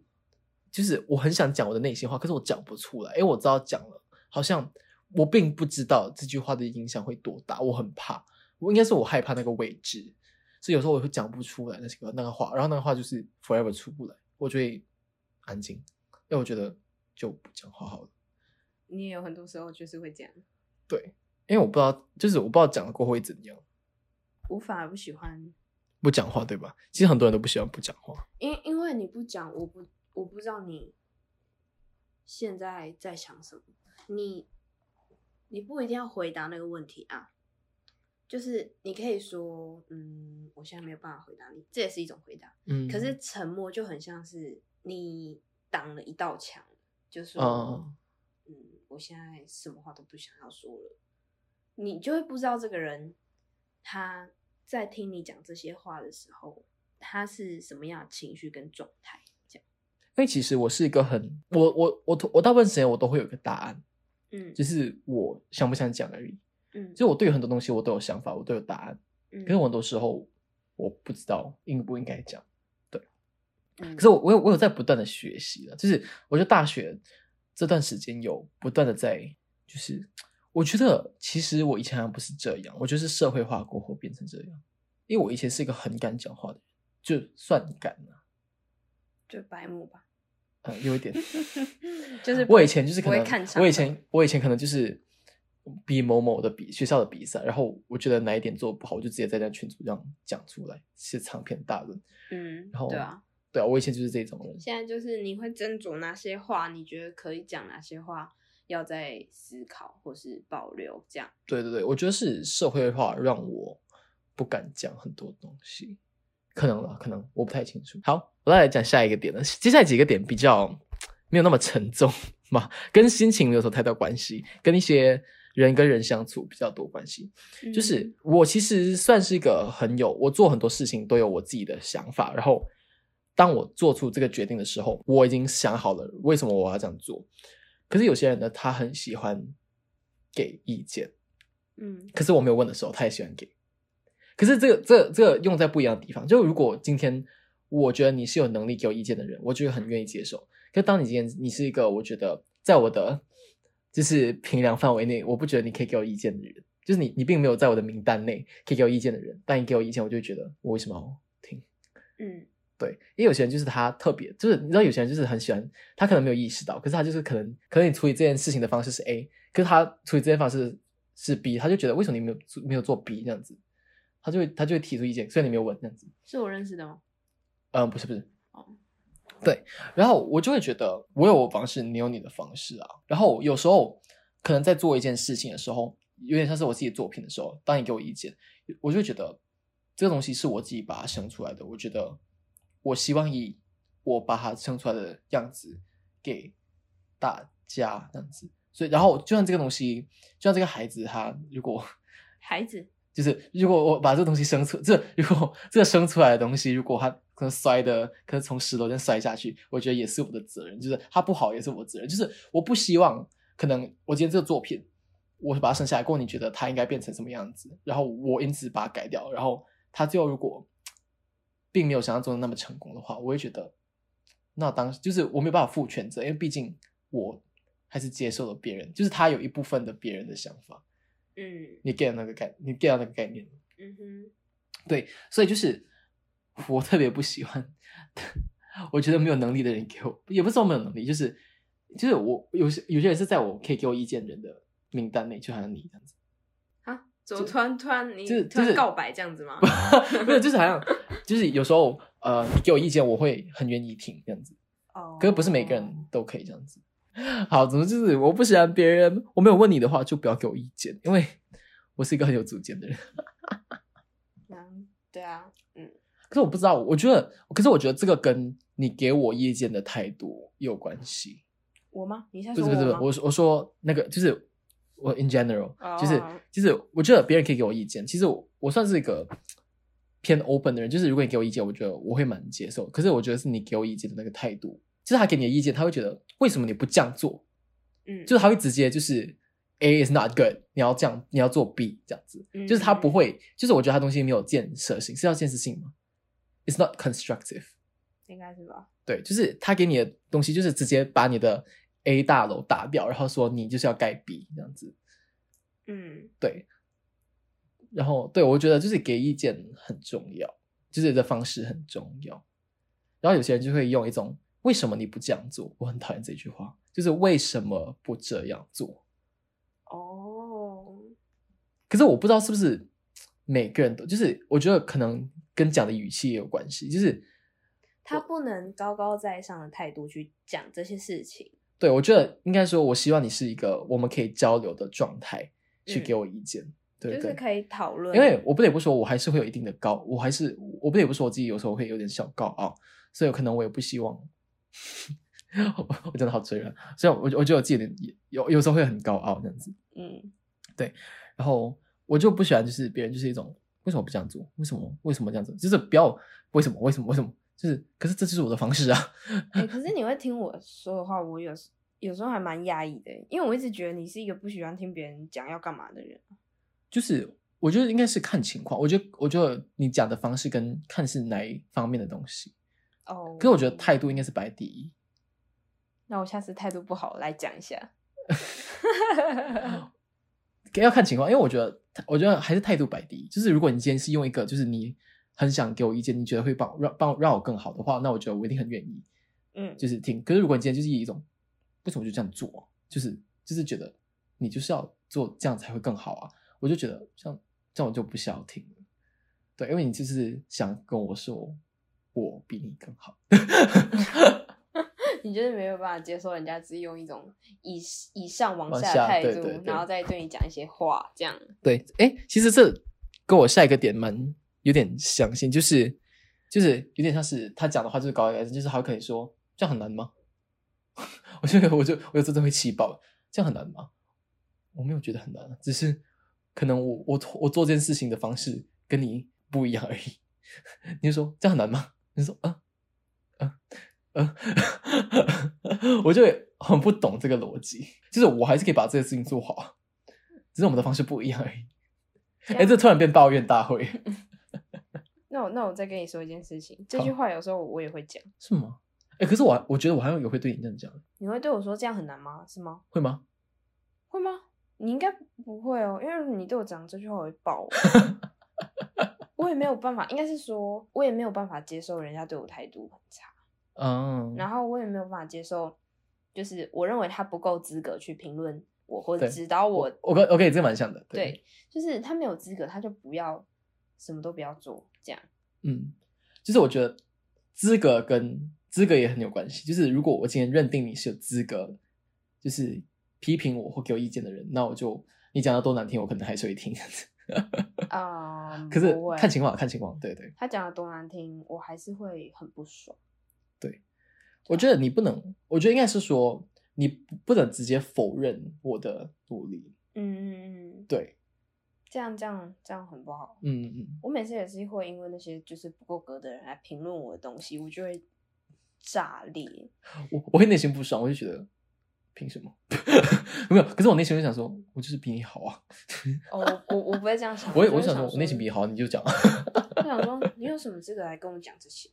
就是我很想讲我的内心话，可是我讲不出来，因为我知道讲了，好像我并不知道这句话的影响会多大，我很怕，我应该是我害怕那个未知，所以有时候我会讲不出来那些个那个话，然后那个话就是 forever 出不来，我就会安静，因为我觉得就不讲话好了，你也有很多时候就是会这样，对，因为我不知道，就是我不知道讲了过后会怎样，我反而不喜欢，不讲话对吧？其实很多人都不喜欢不讲话，因因为你不讲，我不我不知道你现在在想什么，你你不一定要回答那个问题啊。就是你可以说，嗯，我现在没有办法回答你，这也是一种回答。嗯，可是沉默就很像是你挡了一道墙，就说，嗯嗯，我现在什么话都不想要说了，你就会不知道这个人他在听你讲这些话的时候，他是什么样的情绪跟状态。这样，因为其实我是一个很我我我我大部分时间我都会有一个答案，嗯就是我想不想讲而已。嗯就我对很多东西我都有想法，我都有答案，嗯，可是我很多时候我不知道应不应该讲。嗯，可是我我有我有在不断的学习了，就是我觉得大学这段时间有不断的在，就是我觉得其实我以前还不是这样，我就是社会化过后变成这样，因为我以前是一个很敢讲话的人，就算敢了、就白目吧，嗯，有一点。就是不啊我以前就是可不能会看，场合我以前我以前可能就是比某某的比学校的比赛，然后我觉得哪一点做不好，我就直接在那群组这样讲出来，是长篇大论。嗯，然后对啊，对啊，我以前就是这种人。现在就是你会斟酌哪些话，你觉得可以讲哪些话，要再思考或是保留这样。对对对，我觉得是社会化让我不敢讲很多东西，可能啦，可能我不太清楚。好，我再来讲下一个点了。接下来几个点比较没有那么沉重嘛，跟心情没有什么太大关系，跟一些人跟人相处比较多关系。嗯就是我其实算是一个很有，我做很多事情都有我自己的想法，然后当我做出这个决定的时候，我已经想好了为什么我要这样做。可是有些人呢，他很喜欢给意见，嗯可是我没有问的时候，他也喜欢给。可是这个、这个、这个用在不一样的地方，就如果今天我觉得你是有能力给我意见的人，我觉得很愿意接受。可是当你今天你是一个我觉得在我的就是评量范围内，我不觉得你可以给我意见的人，就是你你并没有在我的名单内可以给我意见的人，但你给我意见，我就会觉得我为什么要听？嗯对，因为有些人就是他特别，就是你知道有些人就是很喜欢，他可能没有意识到，可是他就是可能可能你处理这件事情的方式是 A，可是他处理这件方式是 B，他就觉得为什么你没有做没有做 B 这样子，他就会他就会提出意见，虽然你没有问这样子，是我认识的吗？嗯，不是不是哦，对，然后我就会觉得我有我方式，你有你的方式啊，然后有时候可能在做一件事情的时候，有点像是我自己的作品的时候，当你给我意见，我就会觉得这个东西是我自己把它生出来的，我觉得我希望以我把它生出来的样子给大家这样子，所以然后就像这个东西，就像这个孩子他如果孩子，就是如果我把这个东西生出，这如果这个生出来的东西，如果它可能摔的，可能从十楼间摔下去，我觉得也是我的责任，就是它不好也是我的责任，就是我不希望可能我今天这个作品，我把它生下来过后，你觉得它应该变成什么样子，然后我因此把它改掉，然后它最后如果并没有想象中的那么成功的话，我会觉得那当就是我没有办法负全责，因为毕竟我还是接受了别人，就是他有一部分的别人的想法，嗯你 get 那个概，你 get 到那个概念吗。嗯哼，对，所以就是我特别不喜欢， 我觉得没有能力的人给我，也不是说没有能力，就是就是我有些有些人是在我可以给我意见的人的名单内，就好像你这样子，啊，怎么突然突然你就是突就然是告白这样子吗？ 没有，就是好像就是有时候呃，你给我意见，我会很愿意听这样子，哦可是不是每个人都可以这样子。好，总之就是我不喜欢别人，我没有问你的话，就不要给我意见，因为我是一个很有主见的人。嗯对啊，嗯可是我不知道，我觉得，可是我觉得这个跟你给我意见的态度也有关系。我吗？你现在不说是不是，吗？我说我说那个就是我 in general，、哦就是就是我觉得别人可以给我意见，其实我我算是一个偏 open 的人，就是如果你给我意见，我觉得我会蛮接受。可是我觉得是你给我意见的那个态度，就是他给你的意见，他会觉得为什么你不这样做，嗯，就是他会直接就是 A is not good，你要这样，你要做 B 这样子，嗯就是他不会，就是我觉得他东西没有建设性，是要建设性吗？It's not constructive。应该是吧？对，就是他给你的东西，就是直接把你的 A 大楼打掉，然后说你就是要盖 B 这样子。嗯对，然后对我觉得就是给意见很重要，就是你的方式很重要。然后有些人就会用一种“为什么你不这样做”，我很讨厌这句话，就是为什么不这样做？哦，可是我不知道是不是每个人都，就是我觉得可能跟讲的语气也有关系，就是他不能高高在上的态度去讲这些事情。对，我觉得应该说，我希望你是一个我们可以交流的状态，去嗯给我意见，对就不对？是可以讨论，因为我不得不说，我还是会有一定的高，我还是我不得不说，我自己有时候会有点小高傲，所以可能我也不希望， 我我真的好追人，所以我我觉得我自己有点有有时候会很高傲这样子，嗯 然后我就不喜欢就是别人就是一种为什么不这样做，为什么为什么这样做，就是不要为什么为什么为什么，就是可是这就是我的方式啊，欸可是你会听我说的话，我有时有时候还蛮压抑的欸，因为我一直觉得你是一个不喜欢听别人讲要干嘛的人。就是我觉得应该是看情况，我觉得我觉得你讲的方式跟看是哪一方面的东西，哦，可是我觉得态度应该是摆第一。那我下次态度不好来讲一下。要看情况，因为我觉得，我觉得还是态度摆第一。就是如果你今天是用一个，就是你很想给我意见，你觉得会帮我让帮我让我更好的话，那我觉得我一定很愿意，嗯，就是听。可是如果你今天就是以一种为什么就这样做啊，就是就是觉得你就是要做这样才会更好啊，我就觉得像这样我就不想要听了。对，因为你就是想跟我说我比你更好，你就是没有办法接受人家只是用一种以以上往往下下的态对度，对对然后再对你讲一些话，这样。对，哎，其实这跟我下一个点蛮有点相近，就是就是有点像是他讲的话就是高高在上，就是他可以说 这样很难吗？我就我就我就真的会气爆，这样很难吗？我没有觉得很难，啊只是可能我我我做这件事情的方式跟你不一样而已。 你就说这样很难吗？你就说啊啊啊， 我就会很不懂这个逻辑。就是我还是可以把这个事情做好，只是我们的方式不一样而已。哎、这突然变抱怨大会 那我那我再跟你说一件事情，这句好话有时候我也会讲，是吗？哎、可是我还我觉得我好像有会对你这样讲，你会对我说这样很难吗？是吗？会吗？会吗？你应该不会哦，因为如果你对我讲这句话，我会爆我。我也没有办法，应该是说，我也没有办法接受人家对我态度很差，嗯，然后我也没有办法接受，就是我认为他不够资格去评论我或者对指导我，我跟我跟你这蛮像的，对，就是他没有资格，他就不要什么都不要做，这 样。嗯，就是我觉得资格跟资格也很有关系。就是如果我今天认定你是有资格，就是批评我或给我意见的人，那我就你讲的多难听，我可能还是会听。啊、可是不会看情况，看情况，对对，他讲的多难听，我还是会很不爽。我觉得你不能，我觉得应该是说你不不能直接否认我的努力。嗯嗯嗯，对，这样这样这样很不好。嗯嗯，我每次也是会因为那些就是不够格的人来评论我的东西，我就会炸裂。我我会内心不爽，我就觉得凭什么？ 没有，可是我内心会想说，我就是比你好啊。哦，我我我不会这样想，我也就我会想想说，我内心比你好。好，你就讲。 我想说，你有什么资格来跟我讲这些？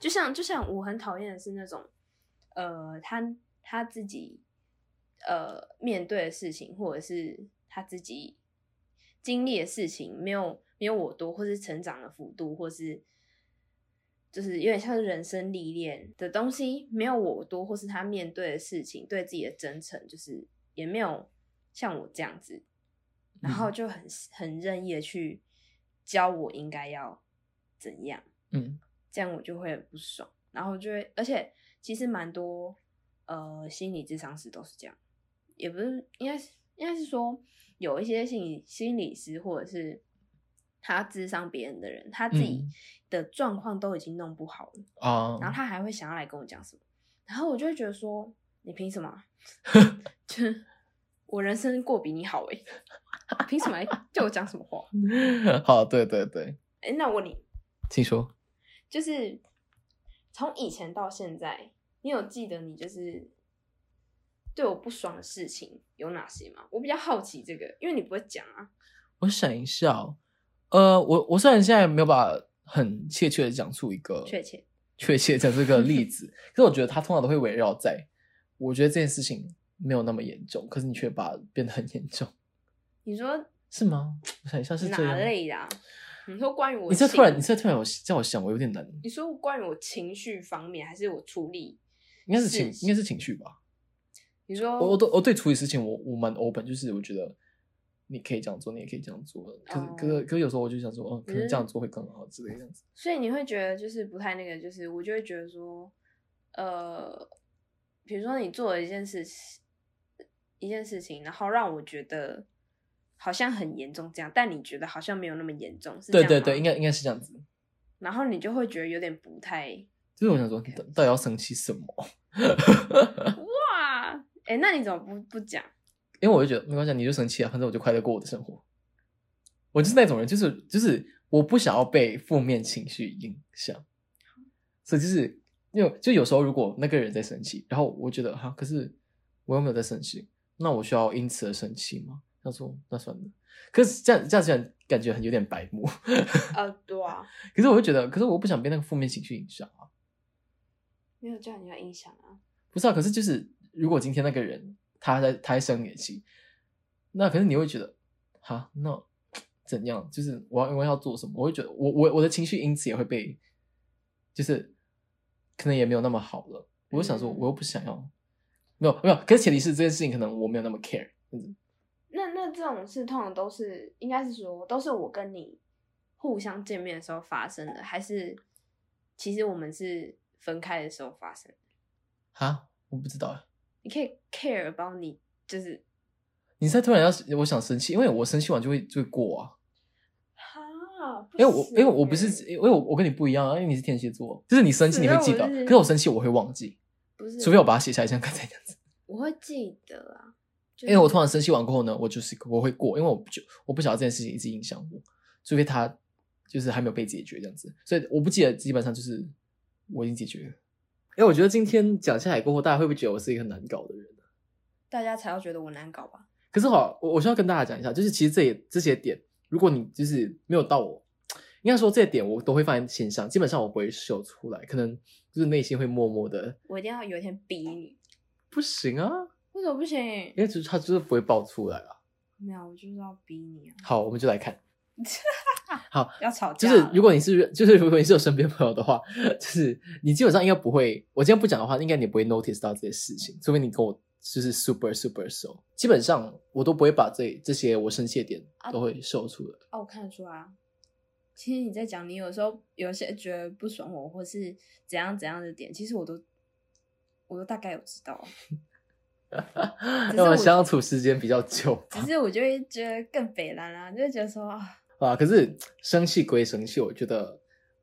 就像就像我很讨厌的是那种，呃，他他自己呃面对的事情，或者是他自己经历的事情，没有没有我多，或是成长的幅度，或是就是有点像是人生历练的东西，没有我多，或是他面对的事情，对自己的真诚，就是也没有像我这样子，然后就很很任意的去教我应该要怎样。嗯这样我就会很不爽，然后就会，而且其实蛮多呃心理智商师都是这样，也不是应该是应该是说有一些心理心理师或者是他智商别人的人，他自己嗯的状况都已经弄不好了，啊，然后他还会想要来跟我讲什么，然后我就会觉得说你凭什么啊？ 就是我人生过比你好诶、你凭什么来叫我讲什么话？ 好，对对对，诶、那我问你，请说。就是从以前到现在，你有记得你就是对我不爽的事情有哪些吗？我比较好奇这个，因为你不会讲啊。我想一下、哦，呃，我我虽然现在没有把很确切的讲出一个确切，确切讲出一个例子，可是我觉得它通常都会围绕在，我觉得这件事情没有那么严重，可是你却把它变得很严重，你说是吗？我想一下是这哪样。类的、啊？你说关于我你情，这突然，你这突然我叫我想，我有点难，你说关于我情绪方面，还是我处理？应该是情，是应该是情绪吧。你说我我对我对处理事情我我蛮 open，就是我觉得你可以这样做，你也可以这样做，可是、可是可是有时候我就想说，哦，可能嗯这样做会更好之类的样子。所以你会觉得就是不太那个，就是我就会觉得说，呃，比如说你做了一件事情，一件事情，然后让我觉得好像很严重这样，但你觉得好像没有那么严重，是这对样对对，应该。该应该是这样子。然后你就会觉得有点不太就是我想嗯说，你到到底要生气什么？哇，哎、那你怎么不不讲？因为我就觉得没关系啊，你就生气啊，反正我就快乐过我的生活。我就是那种人，就是就是我不想要被负面情绪影响，所以就是因为就有时候如果那个人在生气，然后我觉得哈，可是我又没有在生气，那我需要因此而生气吗？他说那算了，可是这样这样这样感觉很有点白目， 呃，对啊，可是我会觉得，可是我又不想被那个负面情绪影响啊。没有叫你要影响啊。不是啊，可是就是如果今天那个人他在他在生你的气，那可是你会觉得，哈，那怎样？就是我要我要做什么？我会觉得我我我的情绪因此也会被，就是可能也没有那么好了。我就想说，嗯我又不想要，没有没有。可是前提是这件事情可能我没有那么 care，嗯那那这种事通常都是，应该是说都是我跟你互相见面的时候发生的，还是其实我们是分开的时候发生的？哈，我不知道哎。你可以 care about 你，就是你现在突然要我想生气，因为我生气完就会就会过啊。哈，欸因为我因为我不是因为我我跟你不一样啊，因为你是天蝎座，就是你生气是你会但记我得，是可是我生气我会忘记，不是，除非我把它写下来像刚才那样子。我会记得啊，因为我通常生气完过后呢，我就是我会过，因为我就我不晓得这件事情一直影响我，除非他就是还没有被解决这样子，所以我不记得基本上就是我已经解决了。哎、我觉得今天讲下来过后，大家会不会觉得我是一个很难搞的人？大家才要觉得我难搞吧？可是好，我我需要跟大家讲一下，就是其实这也这些点，如果你就是没有到我，应该说这些点我都会放在心上，基本上我不会秀出来，可能就是内心会默默的我一定要有一天逼你，不行啊，为什么不行？因为就是他就是不会爆出来啊。没有，我就是要逼你啊！好，我们就来看，要吵就架了，是如果你是就是如果你是有身边朋友的话， 就是你基本上应该不会，我今天不讲的话，应该你不会 notice 到这些事情，除非你跟我就是 super super 熟，基本上我都不会把这这些我生气的点啊都会秀出来。哦，我看得出来啊。其实你在讲你有时候有些觉得不爽我，或是怎样怎样的点，其实我都我都大概有知道啊，因为只是我我相处时间比较久只是我就会觉得更北蓝啦、就会觉得说啊，啊。可是生气归生气，我觉得，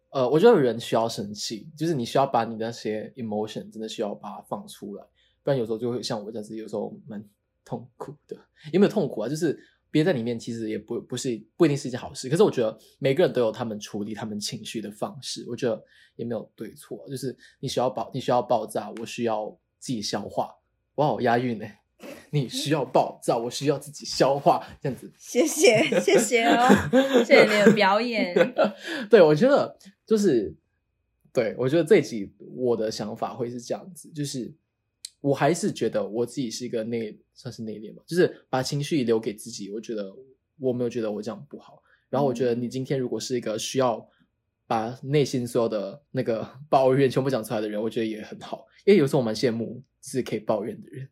呃，我觉得人需要生气，就是你需要把你的那些 emotion 真的需要把它放出来，不然有时候就会像我这样子，有时候蛮痛苦的。也没有痛苦啊，就是憋在里面，其实也不不是不一定是一件好事。可是我觉得每个人都有他们处理他们情绪的方式，我觉得也没有对错，啊就是你需要爆，你需要爆炸，我需要自己消化。哇，好押韵呢、欸 你需要爆炸，我需要自己消化，这样子谢谢谢谢哦，谢谢你的表演， 对，我觉得就是，对我觉得这一集我的想法会是这样子，就是我还是觉得我自己是一个内算是内敛吧，就是把情绪留给自己。我觉得我没有觉得我这样不好，然后我觉嗯得你今天如果是一个需要把内心所有的那个 抱怨全部讲出来的人，我觉得也很好，因为有时候我蛮羡慕是可以抱怨的人。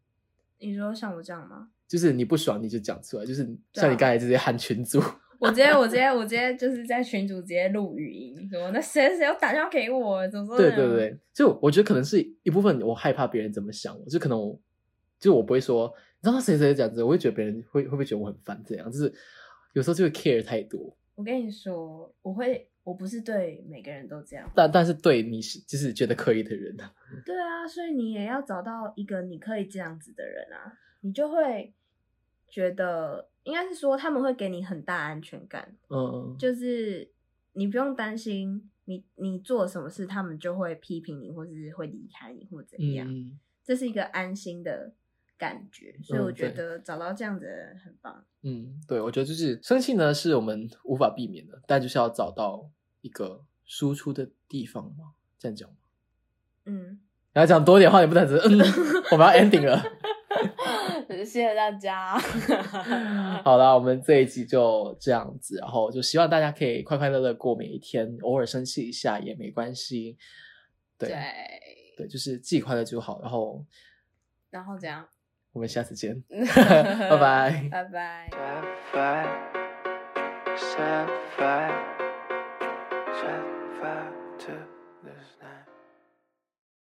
你说像我这样吗？就是你不爽你就讲出来，就是对啊像你刚才这些喊群主，我直接我直接我直接就是在群主直接录语音，说那谁谁要打电话给我，怎么说对呢对，对，就我觉得可能是一部分，我害怕别人怎么想我，就可能我就我不会说，你知道谁谁这样子，我会觉得别人会会不会觉得我很烦这样，就是有时候就会 care 太多，我跟你说，我会我不是对每个人都这样，但但是对你是就是觉得可以的人，对啊，所以你也要找到一个你可以这样子的人啊，你就会觉得，应该是说他们会给你很大安全感，嗯，就是你不用担心你你做什么事，他们就会批评你，或是会离开你，或怎样，嗯，这是一个安心的感觉。所以嗯我觉对得找到这样子的人很棒。嗯，对，我觉得就是生气呢是我们无法避免的，但就是要找到一个输出的地方嘛，这样讲吗。嗯，然后讲多一点话，也不能只是嗯，我们要 ending 了。 谢谢大 家。嗯好啦，我们这一集就这样子，然后就希望大家可以快快乐乐过每一天，偶尔生气一下也没关系。对对，对就是自己快乐就好。然后然后怎样？我们下次见， 拜拜。拜拜。 Sad vibe, sad vibe, sad vibe to this night.